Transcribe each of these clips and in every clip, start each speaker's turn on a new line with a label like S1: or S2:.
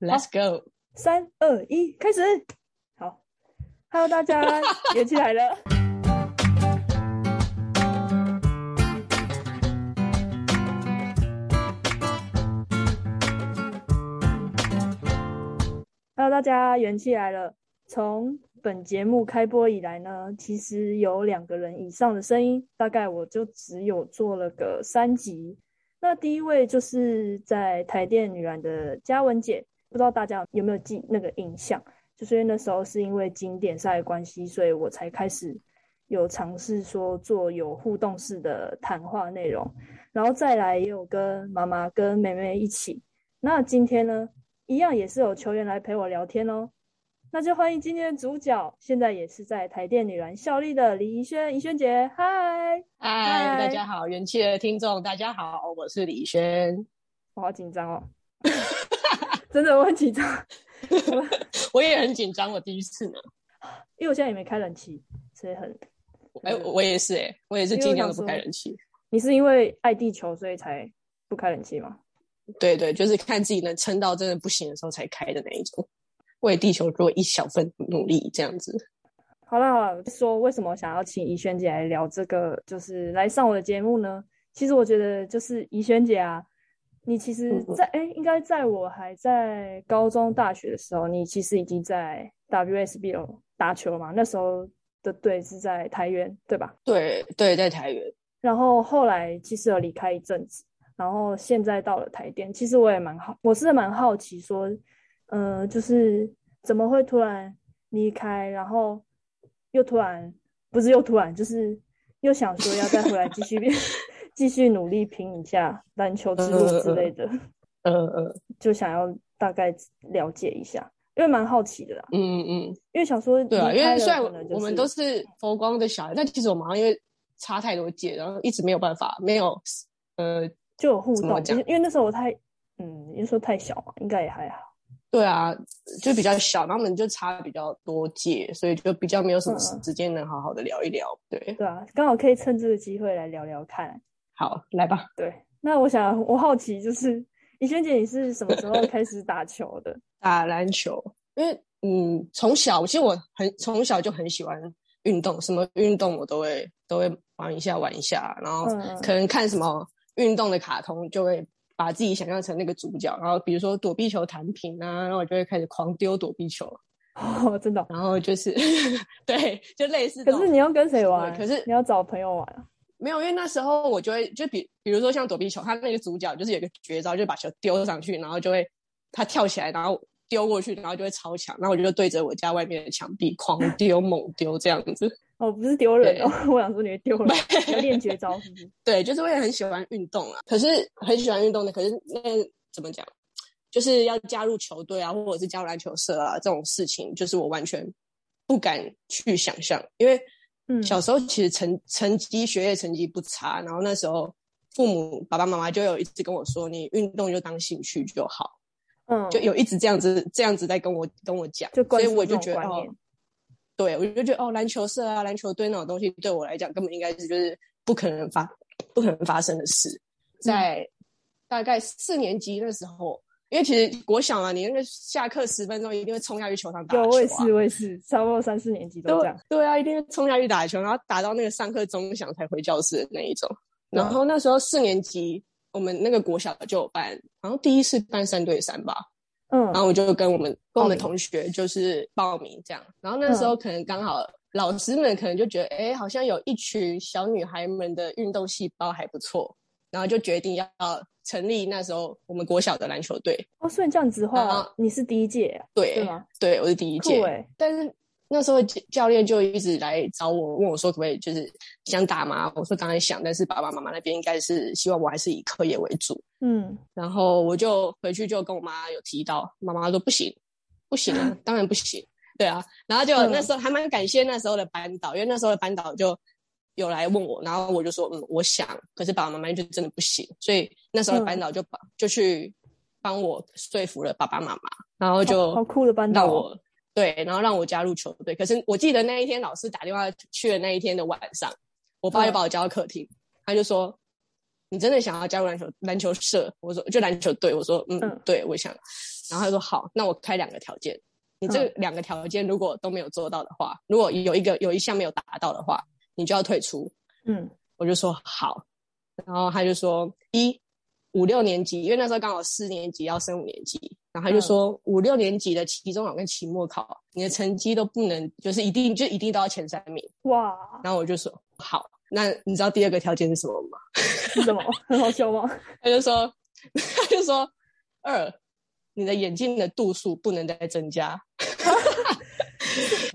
S1: Let's go！
S2: 三二一，开始。好，Hello，大家元气来了。Hello，大家元气来了。从本节目开播以来呢，其实有两个人以上的声音，大概我就只有做了个三集。那第一位就是在台电女篮的嘉文姐，不知道大家有没有记那个印象？就是因为那时候是因为经典赛的关系，所以我才开始有尝试说做有互动式的谈话内容，然后再来也有跟妈妈跟妹妹一起。那今天呢，一样也是有球员来陪我聊天哦。那就欢迎今天的主角，现在也是在台电女篮效力的李怡轩，怡轩姐，嗨！
S1: 嗨，大
S2: 嗨
S1: 家好，元气的听众大家好，我是李轩。
S2: 我好紧张哦， 真的我很紧张，
S1: 我也很紧张，我第一次呢。
S2: 因为我现在也没开冷气，所以很。
S1: 哎、
S2: 嗯
S1: 我我也是哎、我也是
S2: 因为
S1: 尽
S2: 我
S1: 量
S2: 想
S1: 的不
S2: 说
S1: 开冷气。
S2: 你是因为爱地球所以才不开冷气吗？
S1: 对对，就是看自己能撑到真的不行的时候才开的那一种，为地球做一小份努力这样子。
S2: 好了好了，说为什么想要请怡轩姐来聊这个，就是来上我的节目呢？其实我觉得就是怡轩姐啊，你其实
S1: 嗯嗯
S2: 在哎、应该在我还在高中、大学的时候，你其实已经在 WSBO 打球嘛，那时候的队是在台原，对吧？
S1: 对对，在台原。
S2: 然后后来其实有离开一阵子，然后现在到了台电，其实我也蛮好，我是蛮好奇说，呃，就是怎么会突然离开，然后又突然不是又突然，就是又想说要再回来继 续继续努力拼一下篮球之路之类的，
S1: 呃呃
S2: 就想要大概了解一下，因为蛮好奇的啦，
S1: 嗯嗯，
S2: 因为想说
S1: 对啊，
S2: 离
S1: 因
S2: 开
S1: 为
S2: 了
S1: 虽然
S2: 可能就
S1: 我们都是佛光的小孩，但其实我们好像因为差太多届，然后一直没有办法，没有呃
S2: 就有互
S1: 怎么
S2: 动，
S1: 讲
S2: 因为因为那时候我太嗯，你说太小嘛，应该也还好。
S1: 对啊，就比较小，他们就差比较多届，所以就比较没有什么
S2: 嗯嗯
S1: 时间能好好的聊一聊。对，
S2: 对啊，刚好可以趁这个机会来聊聊看。
S1: 好，来吧。
S2: 对，那我想我好奇就是，怡轩姐你是什么时候开始打球的？
S1: 打篮球，因为嗯，从小其实我很从小就很喜欢运动，什么运动我都会都会玩一下玩一下，然后
S2: 嗯嗯
S1: 哦可能看什么运动的卡通，就会把自己想象成那个主角，然后比如说躲避球弹平啊，然后我就会开始狂丢躲避球，
S2: 哦，真的哦、
S1: 然后就是 对，就类似这
S2: 可
S1: 种。
S2: 是你要跟谁玩？
S1: 可是
S2: 你要找朋友玩啊。
S1: 没有，因为那时候我就会就比比如说像躲避球，他那个主角就是有一个绝招，就是把球丢上去，然后就会他跳起来，然后丢过去，然后就会超强，然后我就对着我家外面的墙壁狂丢猛丢这样子。
S2: 哦，不是丢人哦，我想说你会丢 人，你要练绝招是不是？
S1: 对，就是会很喜欢运动啊，可是很喜欢运动的，可是那怎么讲，就是要加入球队啊，或者是加入篮球社啊这种事情，就是我完全不敢去想象，因为
S2: 嗯，
S1: 小时候其实成成绩学业成绩不差，然后那时候父母爸爸妈妈就有一直跟我说，你运动就当兴趣就好，
S2: 嗯，
S1: 就有一直这样子这样子在跟我跟我讲，
S2: 就
S1: 所
S2: 灌
S1: 以
S2: 输
S1: 我
S2: 这
S1: 就
S2: 种
S1: 觉得
S2: 观
S1: 哦
S2: 念，，
S1: 对我就觉得哦，篮球社啊、篮球队那种东西对我来讲根本应该是就是不可能发不可能发生的事。
S2: 嗯
S1: 在大概四年级那时候，因为其实国小啊，你那个下课十分钟一定会冲下去球场打球、
S2: 有
S1: 啊，
S2: 我也是我也是，差不多三四年级都这
S1: 对
S2: 样。
S1: 对啊，一定冲下去打球，然后打到那个上课钟响才回教室的那一种。
S2: 嗯
S1: 然后那时候四年级，我们那个国小就有办，然后第一次办三对三吧，
S2: 嗯
S1: 然后我就跟我们跟我们
S2: 报嗯
S1: 同学就是报名这样。然后那时候可能刚好老师们可能就觉得，哎、好像有一群小女孩们的运动细胞还不错，然后就决定要成立那时候我们国小的篮球队。
S2: 哦，所以你这样子的
S1: 然
S2: 话
S1: 后，
S2: 你是第一届啊，
S1: 对，
S2: 对吗？
S1: 对，我是第一届。
S2: 酷哎，
S1: 但是那时候教教练就一直来找我，问我说可不可以就是想打吗？我说当然想，但是爸爸妈妈那边应该是希望我还是以课业为主。
S2: 嗯，
S1: 然后我就回去就跟我妈有提到，妈妈说不行，不行啊， 当然不行，对啊。然后就、
S2: 嗯
S1: 那时候还蛮感谢那时候的班导，因为那时候的班导就有来问我，然后我就说嗯，我想，可是爸爸妈妈就真的不行，所以那时候
S2: 嗯
S1: 的班导就把、就去帮我说服了爸爸妈妈，然后就、
S2: 好好酷的班导
S1: 让
S2: 哦，
S1: 我对，然后让我加入球队。可是我记得那一天老师打电话去的那一天的晚上，我爸就把我叫到客厅，他就说：“你真的想要加入篮球篮球社？”我说：“就篮球队。”我说：“嗯，
S2: 嗯
S1: 对，我想。”然后他说好，那我开两个条件，你这两个条件如果都没有做到的话，如果有一个有一项没有达到的话，你就要退出。
S2: 嗯
S1: 我就说好，然后他就说一五六年级，因为那时候刚好四年级要升五年级，然
S2: 嗯
S1: 后他就说、五六年级的期中考跟期末考，你的成绩都不能就是一定就一定都要前三名。
S2: 哇，
S1: 然后我就说好，那你知道第二个条件是什么吗？
S2: 是什么？ 很好笑吗？
S1: 他就说 他就说二，你的眼镜的度数不能再增加，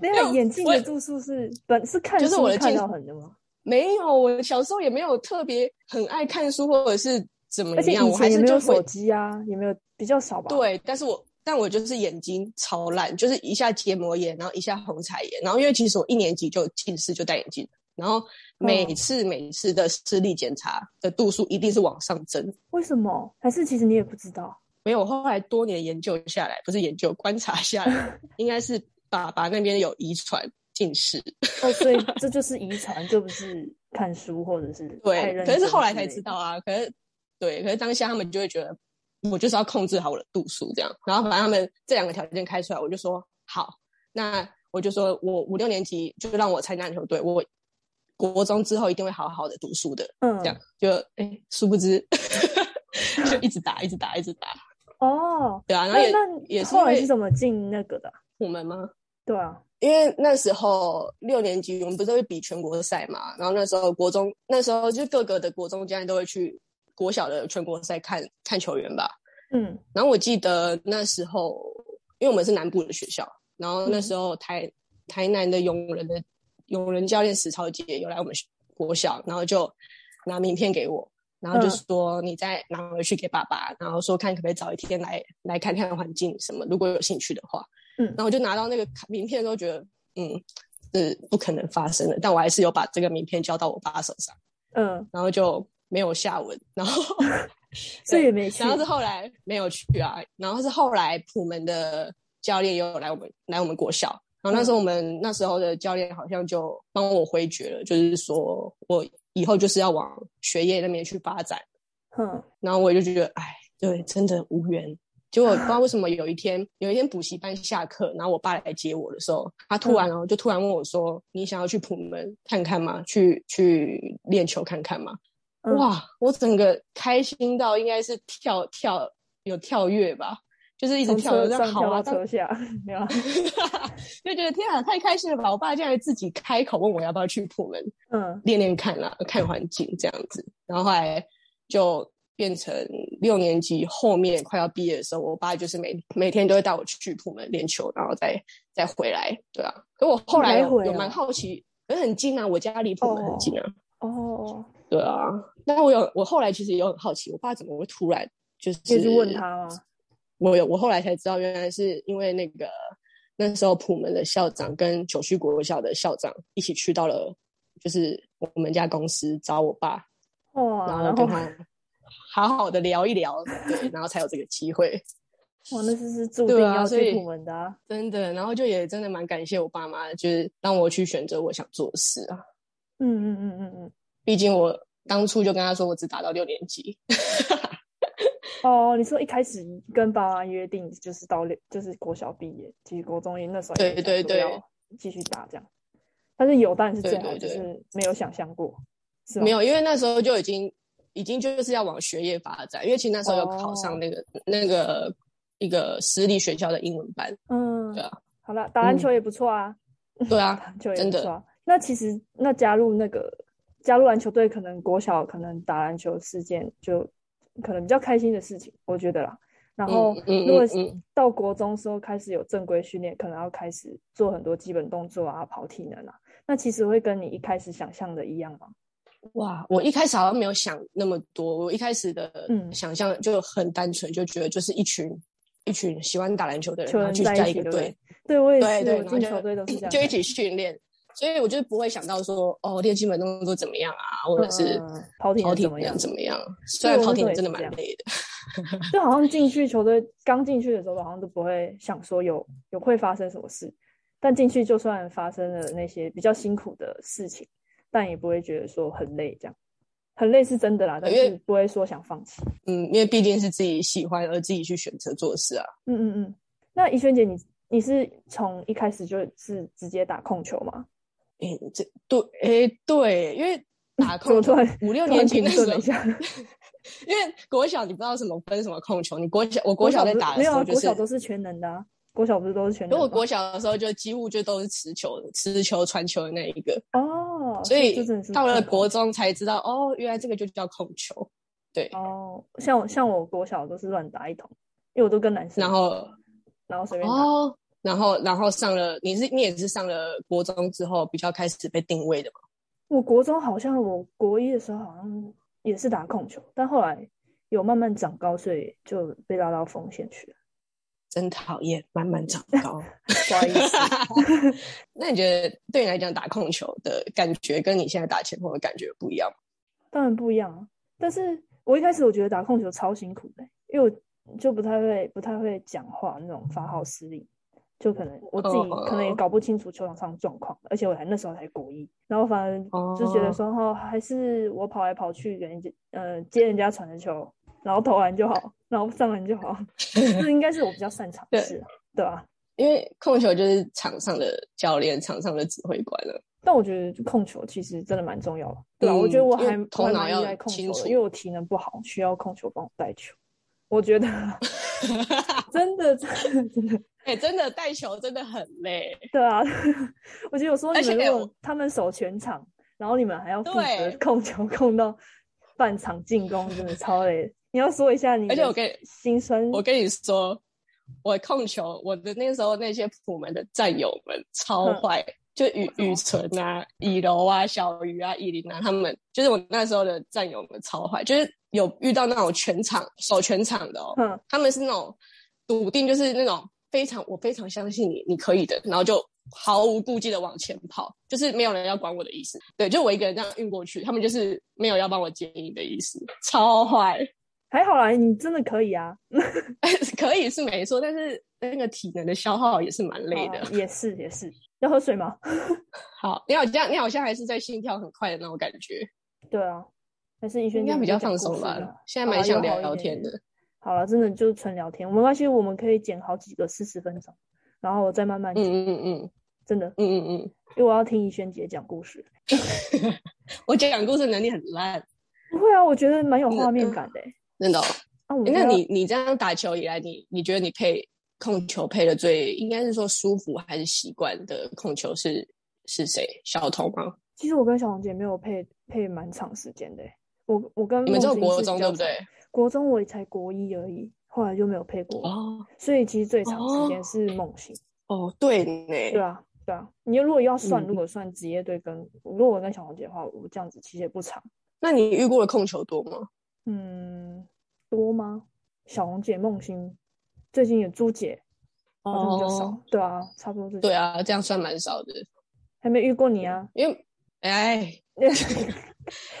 S2: 那
S1: 没
S2: 个
S1: 有
S2: 眼镜
S1: 我
S2: 的度数是本是看
S1: 就是
S2: 书
S1: 我的
S2: 看
S1: 近
S2: 到很的吗？
S1: 没有，我小时候也没有特别很爱看书或者是怎么
S2: 而且
S1: 样，
S2: 以
S1: 我还
S2: 前也
S1: 是
S2: 没有
S1: 就会
S2: 手机啊，也没有比较少吧。，
S1: 对，但是我但我就是眼睛超烂，就是一下结膜炎，然后一下红彩炎，然后因为其实我一年级就近视就戴眼镜，然后每
S2: 嗯
S1: 次每次的视力检查的度数一定是往上增。
S2: 为什么？还是其实你也不知道？
S1: 没有，后来多年研究下来，不是研究观察下来， 应该是爸爸那边有遗传近视，
S2: 哦，所以这就是遗传，这不是看书或者是太
S1: 对，
S2: 认
S1: 可是
S2: 真
S1: 后来
S2: 之
S1: 才
S2: 类
S1: 知
S2: 的
S1: 道啊，可是对，可是当下他们就会觉得我就是要控制好我的度数这样，然后反正他们这两个条件开出来，我就说好，那我就说我五六年级就让我参加篮球队，我国中之后一定会好好的读书的，
S2: 嗯
S1: 这样就哎，殊不知 就一直打，一直打，一直打，
S2: 哦，
S1: 对啊，然后
S2: 那
S1: 也
S2: 那
S1: 也是
S2: 后来
S1: 因
S2: 是
S1: 为
S2: 怎么进那个的啊？
S1: 我们吗？
S2: 对啊，
S1: 因为那时候六年级，我们不是会比全国赛嘛，然后那时候国中，那时候就各个的国中教练都会去国小的全国赛看看球员吧。
S2: 嗯
S1: 然后我记得那时候，因为我们是南部的学校，然后那时候台、台南的永仁的永仁教练史超杰有来我们学国小，然后就拿名片给我，然后就说你再拿回去给爸爸，然后说看可不可以早一天来来看看环境什么，如果有兴趣的话。
S2: 嗯
S1: 然后我就拿到那个卡名片之后，觉得嗯，是不可能发生的，但我还是有把这个名片交到我爸手上，
S2: 嗯，
S1: 然后就没有下文，然后
S2: 所以也没去
S1: 然。后是后来没有去啊，然后是后来普门的教练也有来我们来我们国校，然后那时候我们、那时候的教练好像就帮我回绝了，就是说我以后就是要往学业那边去发展，
S2: 嗯
S1: 然后我就觉得哎，对，真的无缘。结果不知道为什么有一天，有一天补习班下课，然后我爸来接我的时候，他突然哦、就突然问我说：“你想要去普门看看吗？去去练球看看吗？”
S2: 嗯
S1: 哇，我整个开心到应该是跳跳有跳跃吧，就是一直
S2: 从
S1: 跳，我
S2: 车
S1: 就
S2: 上
S1: 好
S2: 跳
S1: 啊，
S2: 到
S1: 当
S2: 车下，没有啊？
S1: 就觉得天啊，太开心了吧！我爸竟然自己开口问我要不要去普门
S2: 嗯
S1: 练练看啦、看环境这样子。然后后来就变成六年级后面快要毕业的时候，我爸就是每每天都会带我去普门练球，然后再再回来，对啊。可我后来
S2: 来
S1: 有,、
S2: 回
S1: 有
S2: 哦
S1: 蛮好奇，可是很近啊，我家离普门很近啊。
S2: 哦，
S1: 对啊，但我有我后来其实也有很好奇，我爸怎么会突然就是
S2: 你也去问他吗？
S1: 我有我后来才知道，原来是因为那个那时候普门的校长跟九区国小的校长一起去到了，就是我们家公司找我爸，
S2: 哇，
S1: 然
S2: 哦然
S1: 后跟
S2: 后
S1: 他 好好的聊一聊，对，然后才有这个机会，
S2: 哇，那是是注定
S1: 对啊
S2: 要
S1: 所
S2: 去
S1: 以
S2: 普门的啊。
S1: 真的，然后就也真的蛮感谢我爸妈，就是让我去选择我想做的事啊，
S2: 嗯嗯嗯嗯嗯。
S1: 毕竟我当初就跟他说我只打到六年级，
S2: 哦，你说一开始跟爸妈约定就是到六，就是国小毕业，其实国中也那时候
S1: 对
S2: 也没想
S1: 对
S2: 说
S1: 对
S2: 要继续打这样，但是有，但是
S1: 对
S2: 最
S1: 对
S2: 好
S1: 对
S2: 就是没有想象过，是吗？
S1: 没有，因为那时候就已经已经就是要往学业发展，因为其实那时候有考
S2: 哦
S1: 上那个、那个一个私立学校的英文班，
S2: 嗯，
S1: 对啊
S2: 好了，打篮
S1: 嗯
S2: 球也不错啊，
S1: 对
S2: 打
S1: 啊，
S2: 篮球也
S1: 真
S2: 不
S1: 的
S2: 错啊。那其实那加入那个加入篮球队，可能国小可能打篮球是件就可能比较开心的事情，我觉得啦。然后
S1: 嗯嗯
S2: 如果
S1: 嗯嗯
S2: 到国中时候开始有正规训练，可能要开始做很多基本动作啊、跑体能啊。那其实会跟你一开始想象的一样吗？
S1: 哇！我一开始好像没有想那么多，我一开始的
S2: 嗯
S1: 想象就很单纯，就觉得就是一群一群喜欢打篮球的人，
S2: 球
S1: 然后
S2: 员
S1: 去
S2: 在
S1: 加
S2: 一
S1: 一
S2: 起，
S1: 个
S2: 对不
S1: 队
S2: 对，？对我也
S1: 对
S2: 是，
S1: 对，
S2: 我
S1: 然后
S2: 进球
S1: 就
S2: 队都是这样，
S1: 就一起训练，所以我就不会想到说哦练基本动作怎么样啊，或
S2: 嗯，
S1: 者是
S2: 嗯嗯跑体
S1: 跑
S2: 能
S1: 体
S2: 怎么
S1: 能
S2: 样？
S1: 怎么样？虽然
S2: 对我
S1: 跑
S2: 那
S1: 体
S2: 时候
S1: 能
S2: 也
S1: 真的
S2: 是这
S1: 蛮
S2: 样
S1: 累的，
S2: 就好像进去球队刚进去的时候，好像都不会想说有有会发生什么事，但进去就算发生了那些比较辛苦的事情，但也不会觉得说很累这样。很累是真的啦，但是不会说想放弃。
S1: 嗯，因为毕竟是自己喜欢而自己去选择做的事啊。
S2: 嗯嗯嗯。那怡萱姐你，你你是从一开始就是直接打控球吗？
S1: 诶、欸，这对，诶、欸、对，因为打控
S2: 球
S1: 五六年级那时候，
S2: 一下、
S1: 因为国小你不知道什么分什么控球，你国小我国小在打的时候、就是
S2: 没有、啊，国小都是全能的、啊，国小不是都是全能的。
S1: 我国小的时候就几乎就都是持球、持球、传球的那一个
S2: 哦，
S1: 所以到了国中才知道哦，原来这个就叫控球。对
S2: 哦，像我像我国小都是乱打一通，因为我都跟男生，
S1: 然后
S2: 然后随便打。哦
S1: 然后，然后上了，你是你也是上了国中之后比较开始被定位的嘛？
S2: 我国中好像我国一的时候好像也是打控球，但后来有慢慢长高，所以就被拉到锋线去了。
S1: 真讨厌，慢慢长高。
S2: 不好意思。
S1: 那你觉得对你来讲打控球的感觉跟你现在打前锋的感觉不一样吗？
S2: 当然不一样啊！但是我一开始我觉得打控球超辛苦的、欸，因为我就不太会不太会讲话那种发号施令。就可能我自己可能也搞不清楚球场上状况，oh. 而且我还那时候才国一，然后反而就觉得说哈、oh. 哦，还是我跑来跑去给人家呃接人家传的球，然后投篮就好，然后上篮就好，这应该是我比较擅长的事，对吧、啊？
S1: 因为控球就是场上的教练、场上的指挥官了。
S2: 但我觉得控球其实真的蛮重要的，对吧、啊嗯？我觉得我还
S1: 头脑
S2: 要控球的，因为我体能不好，需要控球帮我带球。我觉得真的真的真的，
S1: 哎、欸，真的带球真的很累。
S2: 对啊， 我觉得有时候你们
S1: 哎
S2: 如果他们守全场，然后你们还要负责控球控到半场进攻，真的超累。你要说一下你，
S1: 而且我跟
S2: 心酸，
S1: 我跟你说，我控球，我的那时候那些普门的战友们超坏。嗯就雨雨纯啊、以柔啊、小鱼啊、以林啊，他们就是我那时候的战友们超坏，就是有遇到那种全场守全场的哦、嗯，他们是那种笃定，就是那种非常我非常相信你，你可以的，然后就毫无顾忌的往前跑，就是没有人要管我的意思，对，就我一个人这样运过去，他们就是没有要帮我接应的意思，超坏。
S2: 还好啦，你真的可以啊，
S1: 可以是没错，但是那个体能的消耗也是蛮累的，
S2: 啊也是也是。要喝水吗？
S1: 好，你好像你好像还是在心跳很快的那种感觉。
S2: 对啊，还是一轩
S1: 应该比较放松吧。
S2: 啊
S1: 现在蛮想聊聊天的。
S2: 好了，真的就纯聊天，没关系，我们可以剪好几个四十分钟，然后我再慢慢
S1: 嗯嗯嗯，
S2: 真的
S1: 嗯嗯嗯，
S2: 因为我要听怡轩姐讲故事。
S1: 我讲故事能力很烂。
S2: 不会啊，我觉得蛮有画面感的、欸。
S1: 真的、哦
S2: 啊
S1: 欸。嗯那你你这样打球以来，你你觉得你配？控球配的最应该是说舒服还是习惯的控球是是谁？小童吗？
S2: 其实我跟小红姐没有配配蛮长时间的、欸，我我跟
S1: 你们只有国中对不对？
S2: 国中我才国一而已，后来就没有配过
S1: 哦。
S2: 所以其实最长时间是梦醒、
S1: 哦、哦，对呢，
S2: 对啊对啊。你如果要算，嗯、如果算职业队跟如果我跟小红姐的话，我这样子其实也不长。
S1: 那你遇过的控球多吗？
S2: 嗯，多吗？小红姐、梦欣。最近有朱姐，好像比较少，oh, 对啊，差不多
S1: 哦对啊，这样算蛮少的，
S2: 还没遇过你啊，
S1: 因为哎，哎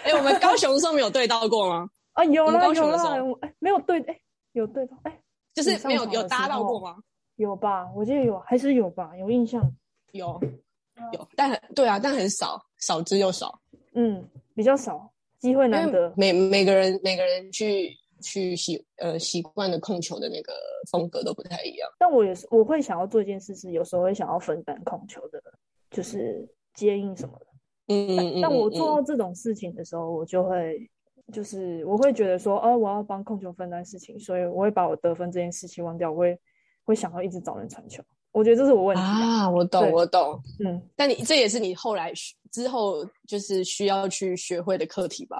S1: 欸，我们高雄时候没有对到过吗？
S2: 啊，有啦
S1: 高
S2: 雄
S1: 的时候
S2: 有啦，哎、欸，没有对，哎、欸，有对到，哎，
S1: 就是没有有搭到过吗？
S2: 有吧，我记得有，还是有吧，有印象，
S1: 有有，但很对啊，但很少，少之又少，
S2: 嗯，比较少，机会难得，
S1: 每每个人每个人去。去习呃习惯的控球的那个风格都不太一样，
S2: 但我也是我会想要做一件事是，有时候会想要分担控球的，就是接应什么的。
S1: 嗯嗯嗯。
S2: 但我做到这种事情的时候，我就会就是我会觉得说，哦、啊，我要帮控球分担事情，所以我会把我得分这件事情忘掉，我会会想要一直找人传球。我觉得这是我问题
S1: 啊，啊我懂我懂，
S2: 嗯。
S1: 但你这也是你后来之后就是需要去学会的课题吧？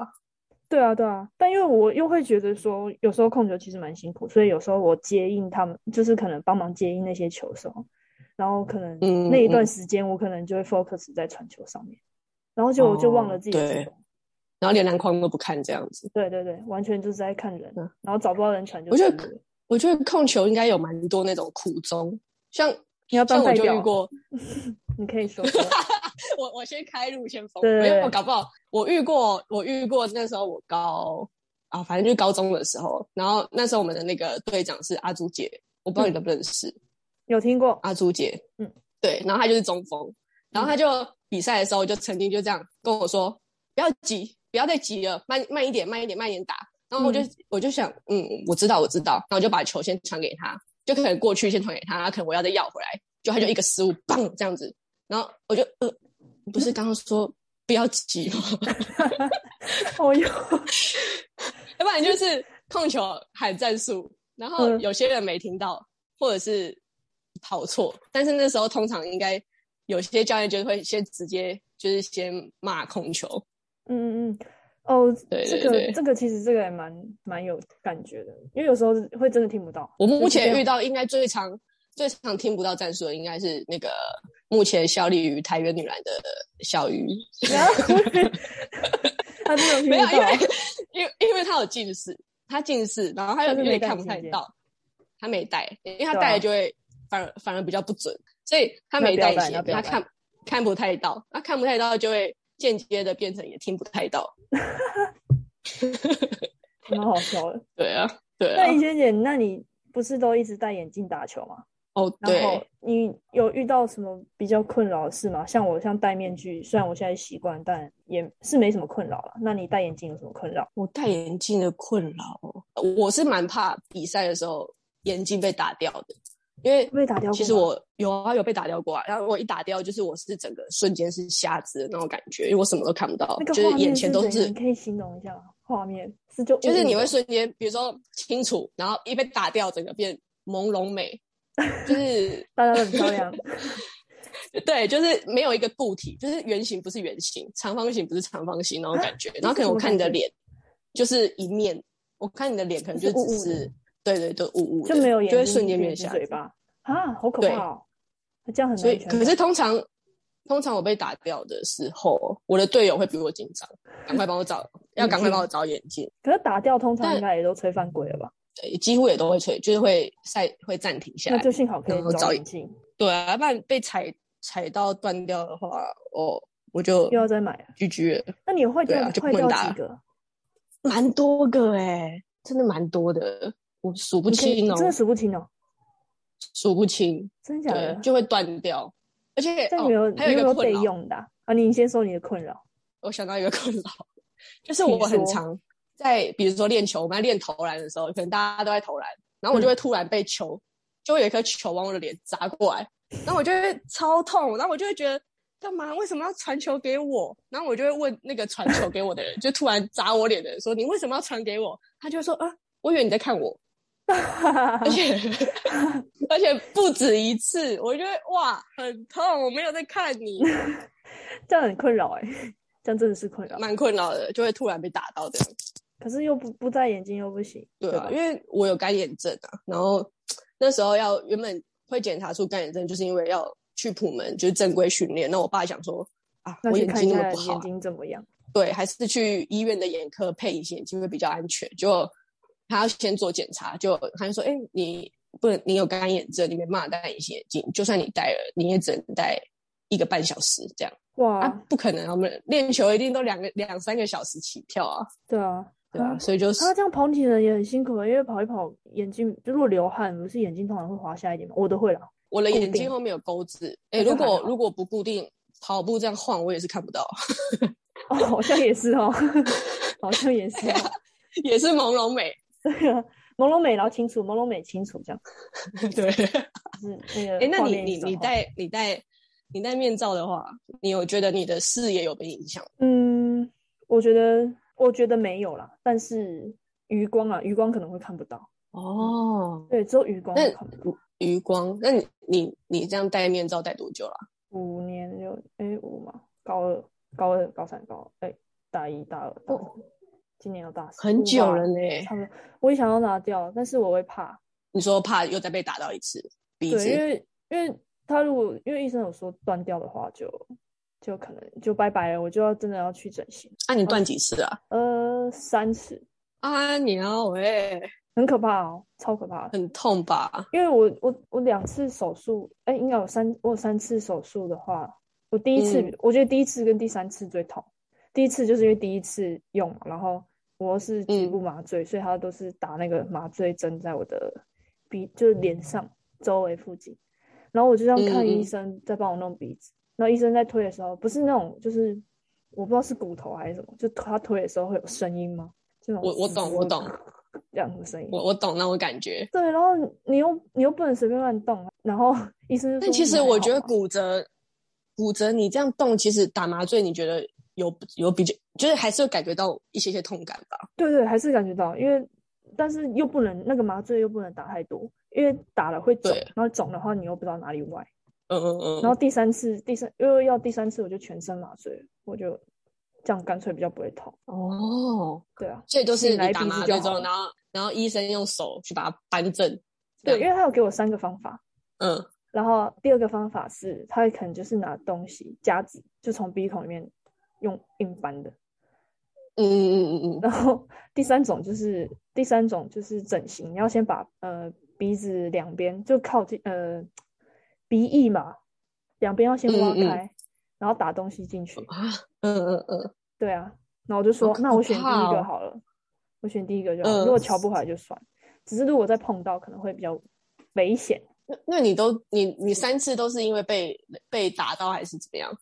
S2: 对啊，对啊，但因为我又会觉得说，有时候控球其实蛮辛苦，所以有时候我接应他们，就是可能帮忙接应那些球手，然后可能
S1: 嗯
S2: 那一段时间我可能就会 focus 在传球上面，然后就我就忘了自己、哦、
S1: 对，然后连篮筐都不看这样子。
S2: 对对对，完全就是在看人，嗯、然后找不到人传就。
S1: 我觉得我觉得控球应该有蛮多那种苦衷，像
S2: 你要当代表，
S1: 我就遇过
S2: 你可 以说。
S1: 我我先开路先锋，
S2: 没
S1: 有搞不好我遇过，我遇过那时候我高啊，反正就是高中的时候，然后那时候我们的那个队长是阿朱姐，我不知道你认不认识，嗯、
S2: 有 听过
S1: 阿朱姐，
S2: 嗯，
S1: 对，然后她就是中锋，然后她就比赛的时候就曾经就这样跟我说，不要急，不要再急了，慢慢一点，慢一点，慢一点打。然后我就、嗯、我就想，嗯，我知道，我知道。然后我就把球先传给他，就可能过去先传给他，然后可能我要再要回来，就他就一个失误，棒这样子。然后我就呃，不是刚刚说不要急吗？
S2: 哦哟，
S1: 要不然就是控球喊战术，然后有些人没听到，嗯、或者是跑错。但是那时候通常应该有些教练就会先直接就是先骂控球。
S2: 嗯嗯嗯。哦，
S1: 对
S2: 对对这个这个其实这个也蛮蛮有感觉的，因为有时候会真的听 不到。
S1: 我目前遇到应该最常最常听不到战术的，应该是那个目前效力于台原女篮的小鱼。
S2: 然后 他没有
S1: 没有，因为 因为因为他有近视，他近视，然后他又有点看不太到，他没戴，因为他戴了就会、啊、反而反而比较不准，所以他没戴鞋，他看看不太到，他看不太到就会。间接的变成也听不太到，
S2: 蛮好笑的。
S1: 对啊，对啊。
S2: 那怡萱姐，那你不是都一直戴眼镜打球吗？
S1: 哦，
S2: 对。然后你有遇到什么比较困扰的事吗？像我，像戴面具，虽然我现在习惯，但也是没什么困扰了。那你戴眼镜有什么困扰？
S1: 我戴眼镜的困扰，哦我是蛮怕比赛的时候眼镜被打掉的。因为
S2: 被打掉，
S1: 其实我有啊，有被打掉过啊。然后我一打掉，就是我是整个瞬间是瞎子的那种感觉，因为我什么都看不到，
S2: 那
S1: 個就是眼前都是。
S2: 你可以形容一下画面，是就
S1: 就是你会瞬间，比如说清楚，然后一被打掉，整个变朦胧美，就是
S2: 大家都很漂亮。
S1: 对，就是没有一个固体，就是圆形不是圆形，长方形不是长方形那种感 觉。然后可能我看你的脸，就是一面，我看你的脸可能就只是。是对对对，雾雾
S2: 就没有眼
S1: 就
S2: 睛，
S1: 会瞬间变瞎。
S2: 嘴巴啊，好可怕哦！这样很
S1: 所以，可是通常通常我被打掉的时候，我的队友会比我紧张，赶快帮我找，
S2: 嗯
S1: 要赶快帮我找眼镜。
S2: 可是打掉通常应该也都吹犯规了吧？
S1: 对，几乎也都会吹，就是会赛会暂停下来。
S2: 那就幸好可以
S1: 找
S2: 眼镜。
S1: 对啊，不然被踩踩到断掉的话，哦，我就
S2: 又要再买了。
S1: 拒绝。
S2: 那你会掉
S1: 啊就
S2: 坏掉几个？
S1: 蛮多个
S2: 欸
S1: 哎，真的蛮多的。我数不清哦，
S2: 真的数不清哦，
S1: 数不清，
S2: 真假的
S1: 就会断掉，而且
S2: 这没有、
S1: 哦、还有一
S2: 个
S1: 困
S2: 扰用的啊。啊你先说你的困扰，
S1: 我想到一个 困扰，就是我很常在比如说练球，我们在练投篮的时候，可能大家都在投篮，然后我就会突然被球，嗯、就会有一颗球往我的脸砸过来，然后我就会超痛，然后我就会觉得干嘛？为什么要传球给我？然后我就会问那个传球给我的人，就突然砸我脸的人说：“你为什么要传给我？”他就说：“啊，我以为你在看我。”
S2: 啊
S1: 而且 而且不止一次，我觉得哇很痛，我没有在看你，
S2: 这样很困扰哎、欸，这样真的是困扰，
S1: 蛮困扰的，就会突然被打到的。
S2: 可是又不不戴眼镜又不行，
S1: 对
S2: 啊，
S1: 對因为我有干眼症啊，然后那时候要原本会检查出干眼症，就是因为要去普门就是正规训练，那我爸想说啊，我眼睛那么不好、
S2: 啊，眼睛怎么样？
S1: 对，还是去医院的眼科配隐形眼镜会比较安全，就。他要先做检查，就他就说：“哎、欸，你不能，你有干眼症，你没办法戴隐形眼镜。就算你戴了，你也只能戴一个半小时这样。
S2: 哇，
S1: 啊、不可能！我们练球一定都两个两三个小时起跳啊。
S2: 对啊，
S1: 对啊，所以就是
S2: 他、啊、这样跑体能也很辛苦，啊因为跑一跑眼睛，如果流汗，不是眼睛通常会滑下一点嘛？我都会啦，
S1: 我的眼睛后面有钩子。哎、欸，如果如果不固定，跑步这样晃，我也是看不到。
S2: 哦，好像也是哦， 好像也是、哦，
S1: 也是朦胧美。”
S2: 对啊，朦胧美，然后清楚，朦胧美清楚，这样。
S1: 对，
S2: 是那个。哎，
S1: 那你你你戴你戴你戴面罩的话，你有觉得你的视野有被影响？
S2: 嗯，我觉得我觉得没有啦，但是余光啊，余光可能会看不到。
S1: 哦，
S2: 对，只有余光看不到。
S1: 余光，那你你你这样戴面罩戴多久了、啊？
S2: 五年六哎五嘛，高二高二高三高哎大一大二大三。哦今年要大四，
S1: 很久了呢、
S2: 欸。差不多，我也想要拿掉，但是我会怕。
S1: 你说怕又再被打到一次，鼻
S2: 子？对，因为因为他如果因为医生有说断掉的话就，就就可能就拜拜了，我就要真的要去整形。
S1: 那、啊、你断几次啊？
S2: 呃，三次。
S1: 啊，你啊喂，
S2: 很可怕哦，超可怕的，
S1: 很痛吧？
S2: 因为我我我两次手术，哎、欸，应该有三，我有三次手术的话，我第一次、嗯、我觉得第一次跟第三次最痛。第一次就是因为第一次用，然后。我是局部麻醉，嗯、所以他都是打那个麻醉针在我的鼻，就是脸上周围附近。
S1: 嗯
S2: 然后我就这样看医生在帮我弄鼻子，嗯、然后医生在推的时候，不是那种就是我不知道是骨头还是什么，就他推的时候会有声音吗？这种
S1: 我我懂我懂
S2: 这样的声音。
S1: 我我懂那种感觉。
S2: 对，然后你又你又不能随便乱动，啊然后医生就说啊
S1: 但其实
S2: 你还
S1: 我
S2: 好
S1: 觉得
S2: 吗
S1: 骨折，骨折你这样动，其实打麻醉，你觉得有有比较，就是还是会感觉到一些些痛感吧。
S2: 对对，还是感觉到，因为但是又不能那个麻醉又不能打太多，因为打了会肿
S1: 对，
S2: 然后肿的话你又不知道哪里歪。
S1: 嗯嗯
S2: 然后
S1: 嗯，
S2: 第三次，第三因为要第三次我就全身麻醉了，我就这样干脆比较不会痛。
S1: 哦，
S2: 对啊，
S1: 所以都是
S2: 醒来
S1: 你打
S2: 鼻子
S1: 麻
S2: 就
S1: 醉之
S2: 好
S1: 后，
S2: 了
S1: 然后然后医生用手去把它扳正。这
S2: 对，啊
S1: 样
S2: 因为他有给我三个方法，
S1: 嗯
S2: 然后第二个方法是他可能就是拿东西夹子，就从鼻孔里面用硬扳的。
S1: 嗯嗯嗯嗯嗯，
S2: 然后第三种就是第三种就是整形，你要先把呃鼻子两边就靠近呃鼻翼嘛，两边要先挖
S1: 嗯嗯
S2: 开，然后打东西进去。
S1: 啊，嗯嗯嗯，
S2: 对啊，然后我就说，
S1: 可
S2: 那我选第一
S1: 怕
S2: 个
S1: 哦
S2: 好了，我选第一个就好。
S1: 嗯
S2: 如果瞧不回来就算，只是如果再碰到可能会比较危险。
S1: 那那你都你你三次都是因为被被打到还是怎么样？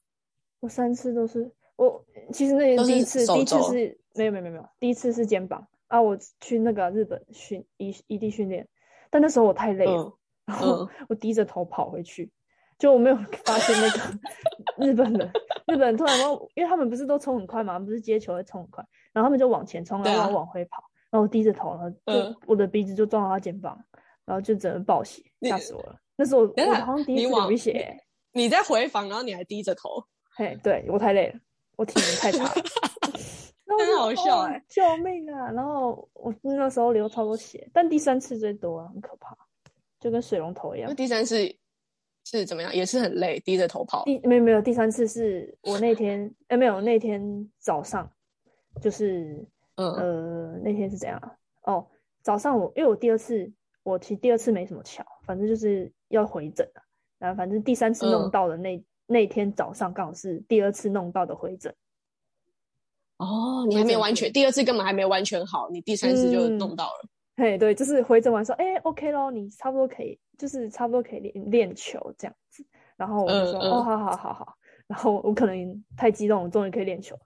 S2: 我三次都是我，其实那
S1: 都
S2: 第一
S1: 是
S2: 次，
S1: 手
S2: 第一次
S1: 肘
S2: 是没有没有没有没有，第一次是肩膀啊，我去那个日本训异异地训练，但那时候我太累了，
S1: 嗯
S2: 然后我低着头跑回去，就我没有发现那个 日本人，日本人突然往，因为他们不是都冲很快嘛，他们不是接球会冲很快，然后他们就往前冲，然
S1: 对
S2: 后
S1: 啊
S2: 我往回跑，然后我低着头，然后就、
S1: 嗯
S2: 我的鼻子就撞到他肩膀，然后就整个爆血，
S1: 你
S2: 吓死我了。那时候我
S1: 等
S2: 我
S1: 等
S2: 好像第一
S1: 你
S2: 次流
S1: 往
S2: 血、
S1: 你你在回房，然后你还低着头，
S2: 嘿，对我太累了，我体能太差了，然后我
S1: 真
S2: 就
S1: 好
S2: 说
S1: 笑
S2: 哦
S1: 欸
S2: 救命啊！然后我那时候流超多血，但第三次最多啊，很可怕，就跟水龙头一样
S1: 那。第三次是怎么样？也是很累，低着头跑。
S2: 第没有没有，第三次是我那天，哎、没有，那天早上就是
S1: 嗯
S2: 呃，那天是怎样啊？哦，早上我因为我第二次，我其实第二次没什么巧，反正就是要回诊啊。然后反正第三次弄
S1: 嗯
S2: 到的那、那天早上，刚好是第二次弄到的回诊。
S1: 哦，你还没完全，第二次根本还没完全好，你第三次就
S2: 嗯
S1: 弄到了。
S2: 嘿，对，就是回诊完说，哎、o k 咯，你差不多可以，就是差不多可以练练球这样子。然后我就
S1: 嗯
S2: 说，
S1: 嗯
S2: 哦，好好好好。然后我可能太激动，我终于可以练球了。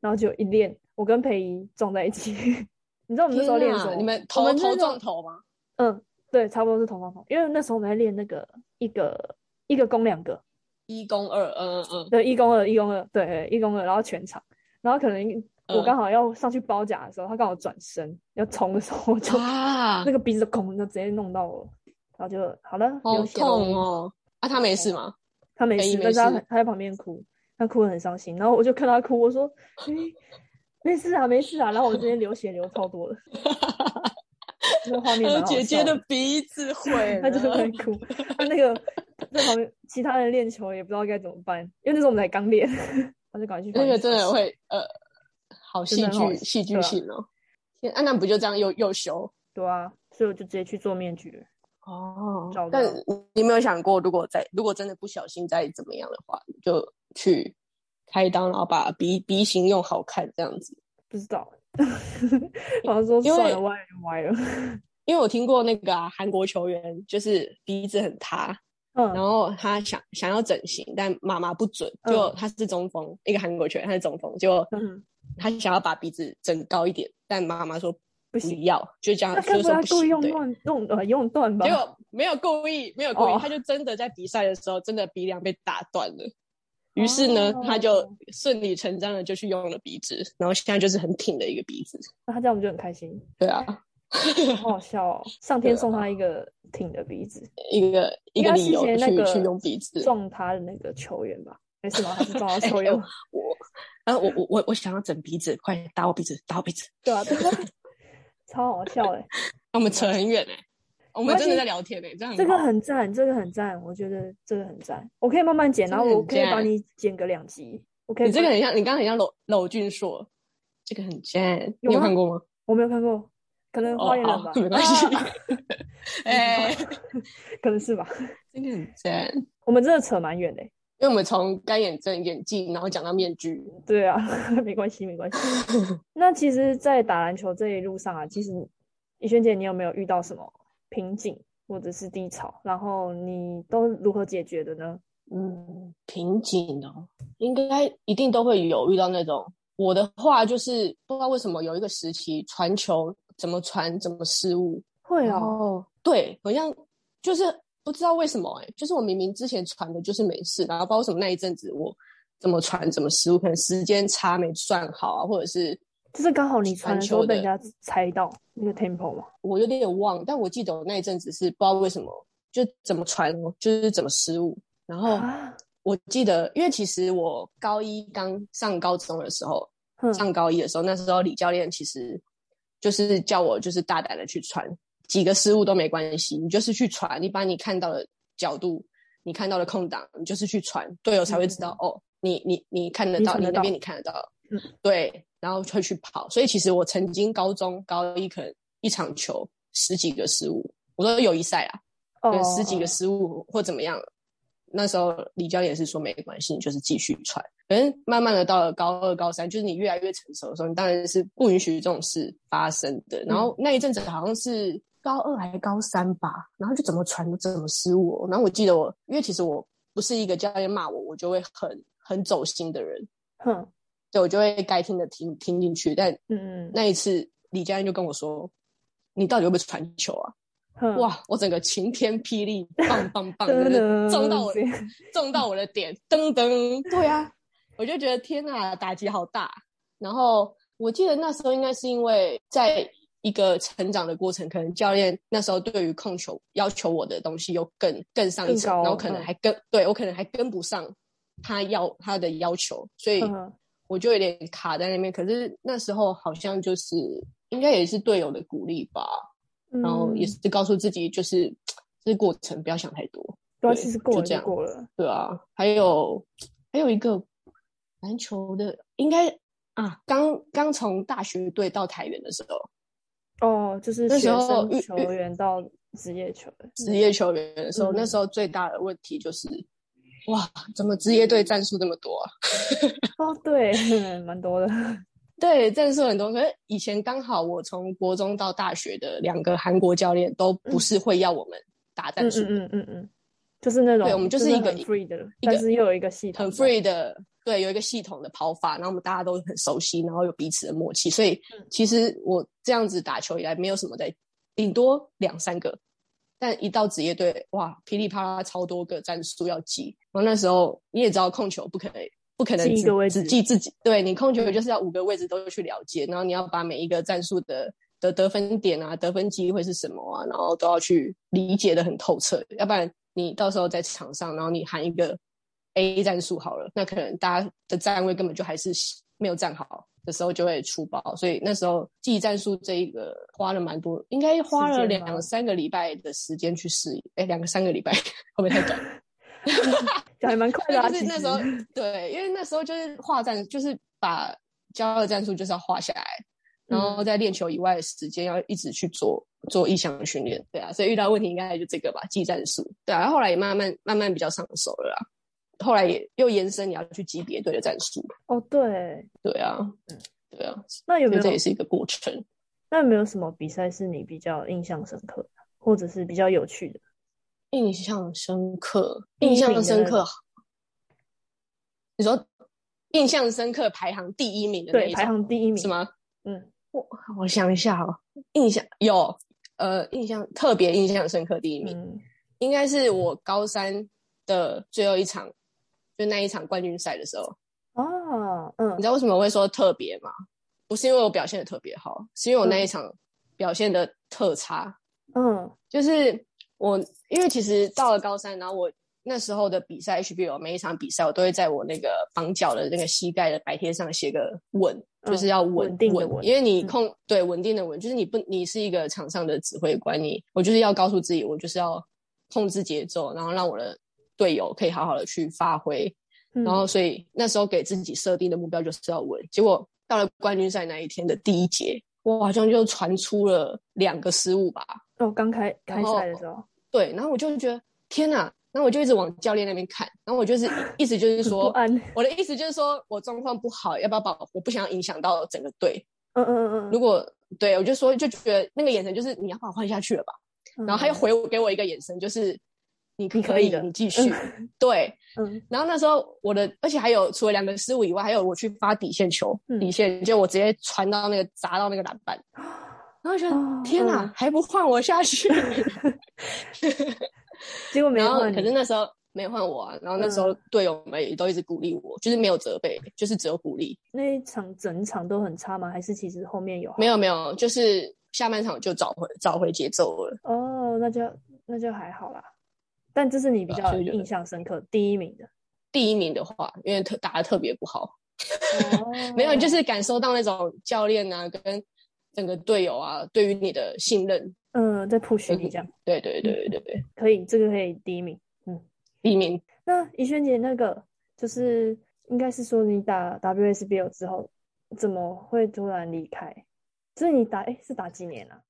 S2: 然后就一练，我跟裴仪撞在一起。 你知道我们那时候练什
S1: 天
S2: 么？
S1: 你们
S2: 我
S1: 头
S2: 们就是
S1: 头
S2: 那
S1: 撞
S2: 种
S1: 头吗？
S2: 嗯，对，差不多是同方同，因为那时候我们在练那个一个一个攻两个，
S1: 一攻二，嗯嗯
S2: 对，一攻二，一攻二，对对，一攻二，然后全场，然后可能我
S1: 嗯
S2: 刚好要上去包夹的时候，他刚好转身要冲的时候，我就
S1: 嗯，啊
S2: 那，个鼻子孔就直接弄到我，然后就好了，
S1: 好
S2: 流血咯
S1: 痛哦！啊，他没事吗？
S2: 他没
S1: 可以
S2: 事，
S1: 没
S2: 但是他
S1: 事
S2: 很他在旁边哭，他哭得很伤心。然后我就看他哭，我说：“哎、没事啊，没事啊。”然后我这边流血流超 多了，那个画面蛮好
S1: 姐姐
S2: 笑
S1: 的鼻子毁
S2: 他就是在
S1: 了，
S2: 哭。他那个在旁边，其他人练球也不知道该怎么办，因为那时候我们才刚练， 他就赶快去。
S1: 那个真的，会呃，好
S2: 真的
S1: 戏
S2: 很好
S1: 剧戏
S2: 对
S1: 剧
S2: 啊
S1: 性哦。天，啊，那不就这样又又休？
S2: 对啊，所以我就直接去做面具了。
S1: 哦
S2: 找
S1: 但
S2: 到
S1: 你有没有想过，如果再如果真的不小心再怎么样的话，你就去开刀，然后把鼻鼻型用好看这样子。
S2: 不知道，然后说
S1: 因为
S2: 算了，歪了就歪了。
S1: 因为我听过那个啊，韩国球员就是鼻子很塌，然
S2: 嗯，
S1: 后他想想要整形，但妈妈不准，
S2: 嗯
S1: 就他是中锋，一个韩国球员，他是中锋，就
S2: 嗯
S1: 他想要把鼻子整高一点，但妈妈说
S2: 不
S1: 不
S2: 行
S1: 要，就这样
S2: 那，该
S1: 就
S2: 不
S1: 啊说
S2: 会他
S1: 不
S2: 故
S1: 行，
S2: 意用
S1: 对。
S2: 断用呃用断吧？
S1: 结果没有故意，没有故意，
S2: 哦
S1: 他就真的在比赛的时候，真的鼻梁被打断了。于是呢，
S2: 哦
S1: 他就顺理成章的就去用了鼻子，然后现在就是很挺的一个鼻子。
S2: 那他这样我们就很开 心，
S1: 对啊，
S2: 好好笑哦！上天
S1: 对啊
S2: 送他一个挺的鼻子，
S1: 一个一个
S2: 应该
S1: 理
S2: 是
S1: 由
S2: 前
S1: 去、
S2: 那个
S1: 去用鼻子。
S2: 撞他的那个球员吧？没事吗？还是撞到球
S1: 哎
S2: 员
S1: 我
S2: 吗？
S1: 我，然呃后我我我我想要整鼻子，快点打我鼻子，打我鼻子。
S2: 对啊，对啊， 超好笑 哎！
S1: 那我们扯很远哎、我
S2: 没
S1: 们
S2: 关
S1: 真的
S2: 系
S1: 在聊天哎、这样
S2: 这个
S1: 好
S2: 很赞，这个很赞，我觉得这个很赞。我可以慢慢剪，然后
S1: 真的
S2: 我
S1: 很
S2: 可以把
S1: 赞
S2: 你剪个两集。我可以
S1: 你这
S2: 把
S1: 个很像，你刚刚很像娄娄俊硕，这个很赞，
S2: 有
S1: 你有
S2: 吗
S1: 看过吗？
S2: 我没有看过，可能
S1: 哦
S2: 花，莲人吧
S1: 好，，没关 系
S2: 啊，
S1: 哎、
S2: 可能是吧。
S1: 这个很赞。
S2: 我们真的扯蛮远的欸，
S1: 因为我们从干眼症、眼镜，然后讲到面具，
S2: 对啊， 没关系，没关系。那其实，在打篮球这一路上啊，其实怡萱姐，你有没有遇到什么瓶颈或者是低潮？然后你都如何解决的呢？
S1: 嗯，瓶颈哦，应该一定都会有遇到那种。我的话就是不知道为什么有一个时期传球怎么传怎么失误，
S2: 会
S1: 然
S2: 哦，
S1: 后啊对，好像就是不知道为什么哎、就是我明明之前传的就是没事，然后不知道为什么那一阵子我怎么传怎么失误，可能时间差没算好啊，或者是
S2: 就是刚好你传的时候
S1: 传球的
S2: 被人家猜到那个 tempo 嘛，
S1: 我有点忘，但我记得我那一阵子是不知道为什么就怎么传哦就是怎么失误，然后
S2: 啊，
S1: 我记得，因为其实我高一刚上高中的时候，
S2: 哼，
S1: 上高一的时候，那时候李教练其实就是叫我就是大胆的去传，几个失误都没关系，你就是去传，你把你看到的角度，你看到的空档，你就是去传，队友才会知道、哦，你你你看得
S2: 嗯你
S1: 到，
S2: 传
S1: 你
S2: 得
S1: 那边
S2: 到
S1: 你看得到，
S2: 嗯
S1: 对，然后会去跑。所以其实我曾经高中高一可能一场球十几个失误，我说友谊赛啊，
S2: 哦
S1: 有，十几个失误或怎么样。那时候李教练也是说没关系，你就是继续传。可是慢慢的到了高二、高三，就是你越来越成熟的时候，你当然是不允许这种事发生的。然
S2: 嗯
S1: 后那一阵子好像是高二还是高三吧，然后就怎么传都怎么失误哦、然后我记得我，因为其实我不是一个教练骂我，我就会很很走心的人，
S2: 哼，
S1: 对我就会该听的听听进去。但
S2: 嗯嗯，
S1: 那一次李教练就跟我说：“你到底会不会传球啊？”
S2: 哼，
S1: 哇！我整个晴天霹雳，棒棒棒，
S2: 噔
S1: 真
S2: 噔，
S1: 的中到我
S2: 这，
S1: 中到我的点，噔噔，对啊，我就觉得天啊，打击好大。然后我记得那时候应该是因为在一个成长的过程，可能教练那时候对于控球要求我的东西又更更上一层
S2: 更高，
S1: 然后可能
S2: 嗯
S1: 还跟、对我可能还跟不上他要他的要求，所以
S2: 嗯
S1: 我就有点卡在那边。可是那时候好像就是应该也是队友的鼓励吧，然后也
S2: 嗯
S1: 是告诉自己，就是这是过程，不要想太多，
S2: 对啊，
S1: 对
S2: 其实过
S1: 就
S2: 了
S1: 这样
S2: 过了，
S1: 对啊。还有还有一个篮球的，应该啊，刚刚从大学队到台员的时候，
S2: 哦，就是
S1: 那
S2: 学
S1: 时候
S2: 生
S1: 遇
S2: 球员到职业球 员，
S1: 职业球员的时候，
S2: 嗯
S1: 那时候最大的问题就是，哇，怎么职业队战术这么多啊？
S2: 哦，对， 蛮多的，
S1: 对，战术很多。可是以前刚好我从国中到大学的两个韩国教练都不是会要我们打
S2: 嗯
S1: 战术的，
S2: 嗯嗯嗯嗯，就是那种，
S1: 对我们
S2: 就
S1: 就是是一个
S2: 很 free 的，
S1: 一个
S2: 但是又有一个系统
S1: 很
S2: 的
S1: free 的，对，有一个系统的跑法，然后我们大家都很熟悉，然后有彼此的默契，所以
S2: 嗯
S1: 其实我这样子打球以来，没有什么在，顶多两三个，但一到职业队，哇，噼里啪啦超多个战术要记。然后那时候你也知道，控球不可能，不可能
S2: 记一
S1: 只
S2: 个位置
S1: 只记自己，对你控球就是要五个位置都去了解，然后你要把每一个战术的。的得分点啊，得分机会是什么啊？然后都要去理解的很透彻，要不然你到时候在场上，然后你喊一个 A 战术好了，那可能大家的站位根本就还是没有站好的时候就会出包，所以那时候记战术这一个花了蛮多，应该花了
S2: 时间吗
S1: 两三个礼拜的时间去适应，哎，两个三个礼拜 会不会太短？
S2: 还蛮快的啊，
S1: 就是
S2: 其
S1: 那
S2: 实
S1: 时候对，因为那时候就是画战，就是把骄傲的战术就是要画下来，然
S2: 嗯
S1: 后在练球以外的时间要一直去做做意向训练，对啊，所以遇到问题应该就这个吧，技战术，对啊，然后后来也慢慢慢慢比较上手了啦，后来也又延伸你要去级别队的战术，
S2: 哦，对，
S1: 对啊，
S2: 嗯
S1: 对啊，
S2: 那有
S1: 所
S2: 没
S1: 以这也
S2: 有
S1: 是一个过程。
S2: 那有没有什么比赛是你比较印象深刻的，或者是比较有趣的？
S1: 印象深刻，
S2: 第一
S1: 印
S2: 名
S1: 象
S2: 的
S1: 深
S2: 那
S1: 刻。你说印象深刻排行第一名的那
S2: 对，
S1: 一
S2: 排
S1: 种
S2: 行第一名
S1: 是？吗？
S2: 嗯，
S1: 我我想一下哦，印象有呃，印象特别印象深刻第一名，
S2: 嗯，
S1: 应该是我高三的最后一场，就那一场冠军赛的时候。
S2: 啊，嗯
S1: 你知，道为什么我会说特别吗？不是因为我表现的特别好，是因为我那一场表现的特差。
S2: 嗯，
S1: 就是我，因为其实到了高三，然后我那时候的比赛 HBO 每一场比赛，我都会在我那个绑脚的那个膝盖的白贴上写个稳，
S2: 嗯
S1: 就是要稳
S2: 稳定的嗯稳
S1: 因为你控、对稳定的稳，就是你不你是一个场上的指挥官，你我就是要告诉自己，我就是要控制节奏，然后让我的队友可以好好的去发挥，
S2: 嗯
S1: 然后所以那时候给自己设定的目标就是要稳，结果到了冠军赛那一天的第一节，我好像就传出了两个失误吧。
S2: 哦，刚开开
S1: 然后
S2: 赛的时候，
S1: 对，然后我就觉得天哪，然后我就一直往教练那边看，然后我就是意思就是
S2: 很不
S1: 说，
S2: 安，
S1: 我的意思就是说我状况不好，要不要把我我不想要影响到整个队？
S2: 嗯嗯嗯
S1: 如果对我就说就觉得那个眼神就是你要把我换下去了吧，
S2: 嗯，
S1: 然后他又
S2: 嗯
S1: 回我给我一个眼神，就是你
S2: 你可以的
S1: 你继续。对，
S2: 嗯
S1: 然后那时候我的，而且还有除了两个失误以外，还有我去发底线球，
S2: 嗯
S1: 底线就我直接传到那个砸到那个篮板，然后我觉得、
S2: 哦
S1: 天哪，
S2: 啊嗯
S1: 还不换我下 去？
S2: 结果没
S1: 然后
S2: 换嗯
S1: 可
S2: 你
S1: 是那时候没有换我啊，然后那时候队友们也都一直鼓励我，就是没有责备，就是只有鼓励，
S2: 那一场整场都很差吗？还是其实后面有好？
S1: 没有没有，就是下半场就找回找回节奏了。
S2: 哦，那就那就还好啦。但这是你比
S1: 对啊
S2: 较
S1: 所以就
S2: 印象深刻第 一名的，
S1: 第一名的话，因为特打的特别不好，
S2: 哦
S1: 没有就是感受到那种教练啊跟整个队友啊对于你的信任。
S2: 嗯，在 push 你这样
S1: 对对对对对，
S2: 可以，这个可以第一名。
S1: 第一名
S2: 那怡萱姐那个就是应该是说你打 WSBL 之后，怎么会突然离开？就是你打哎是打几年啊？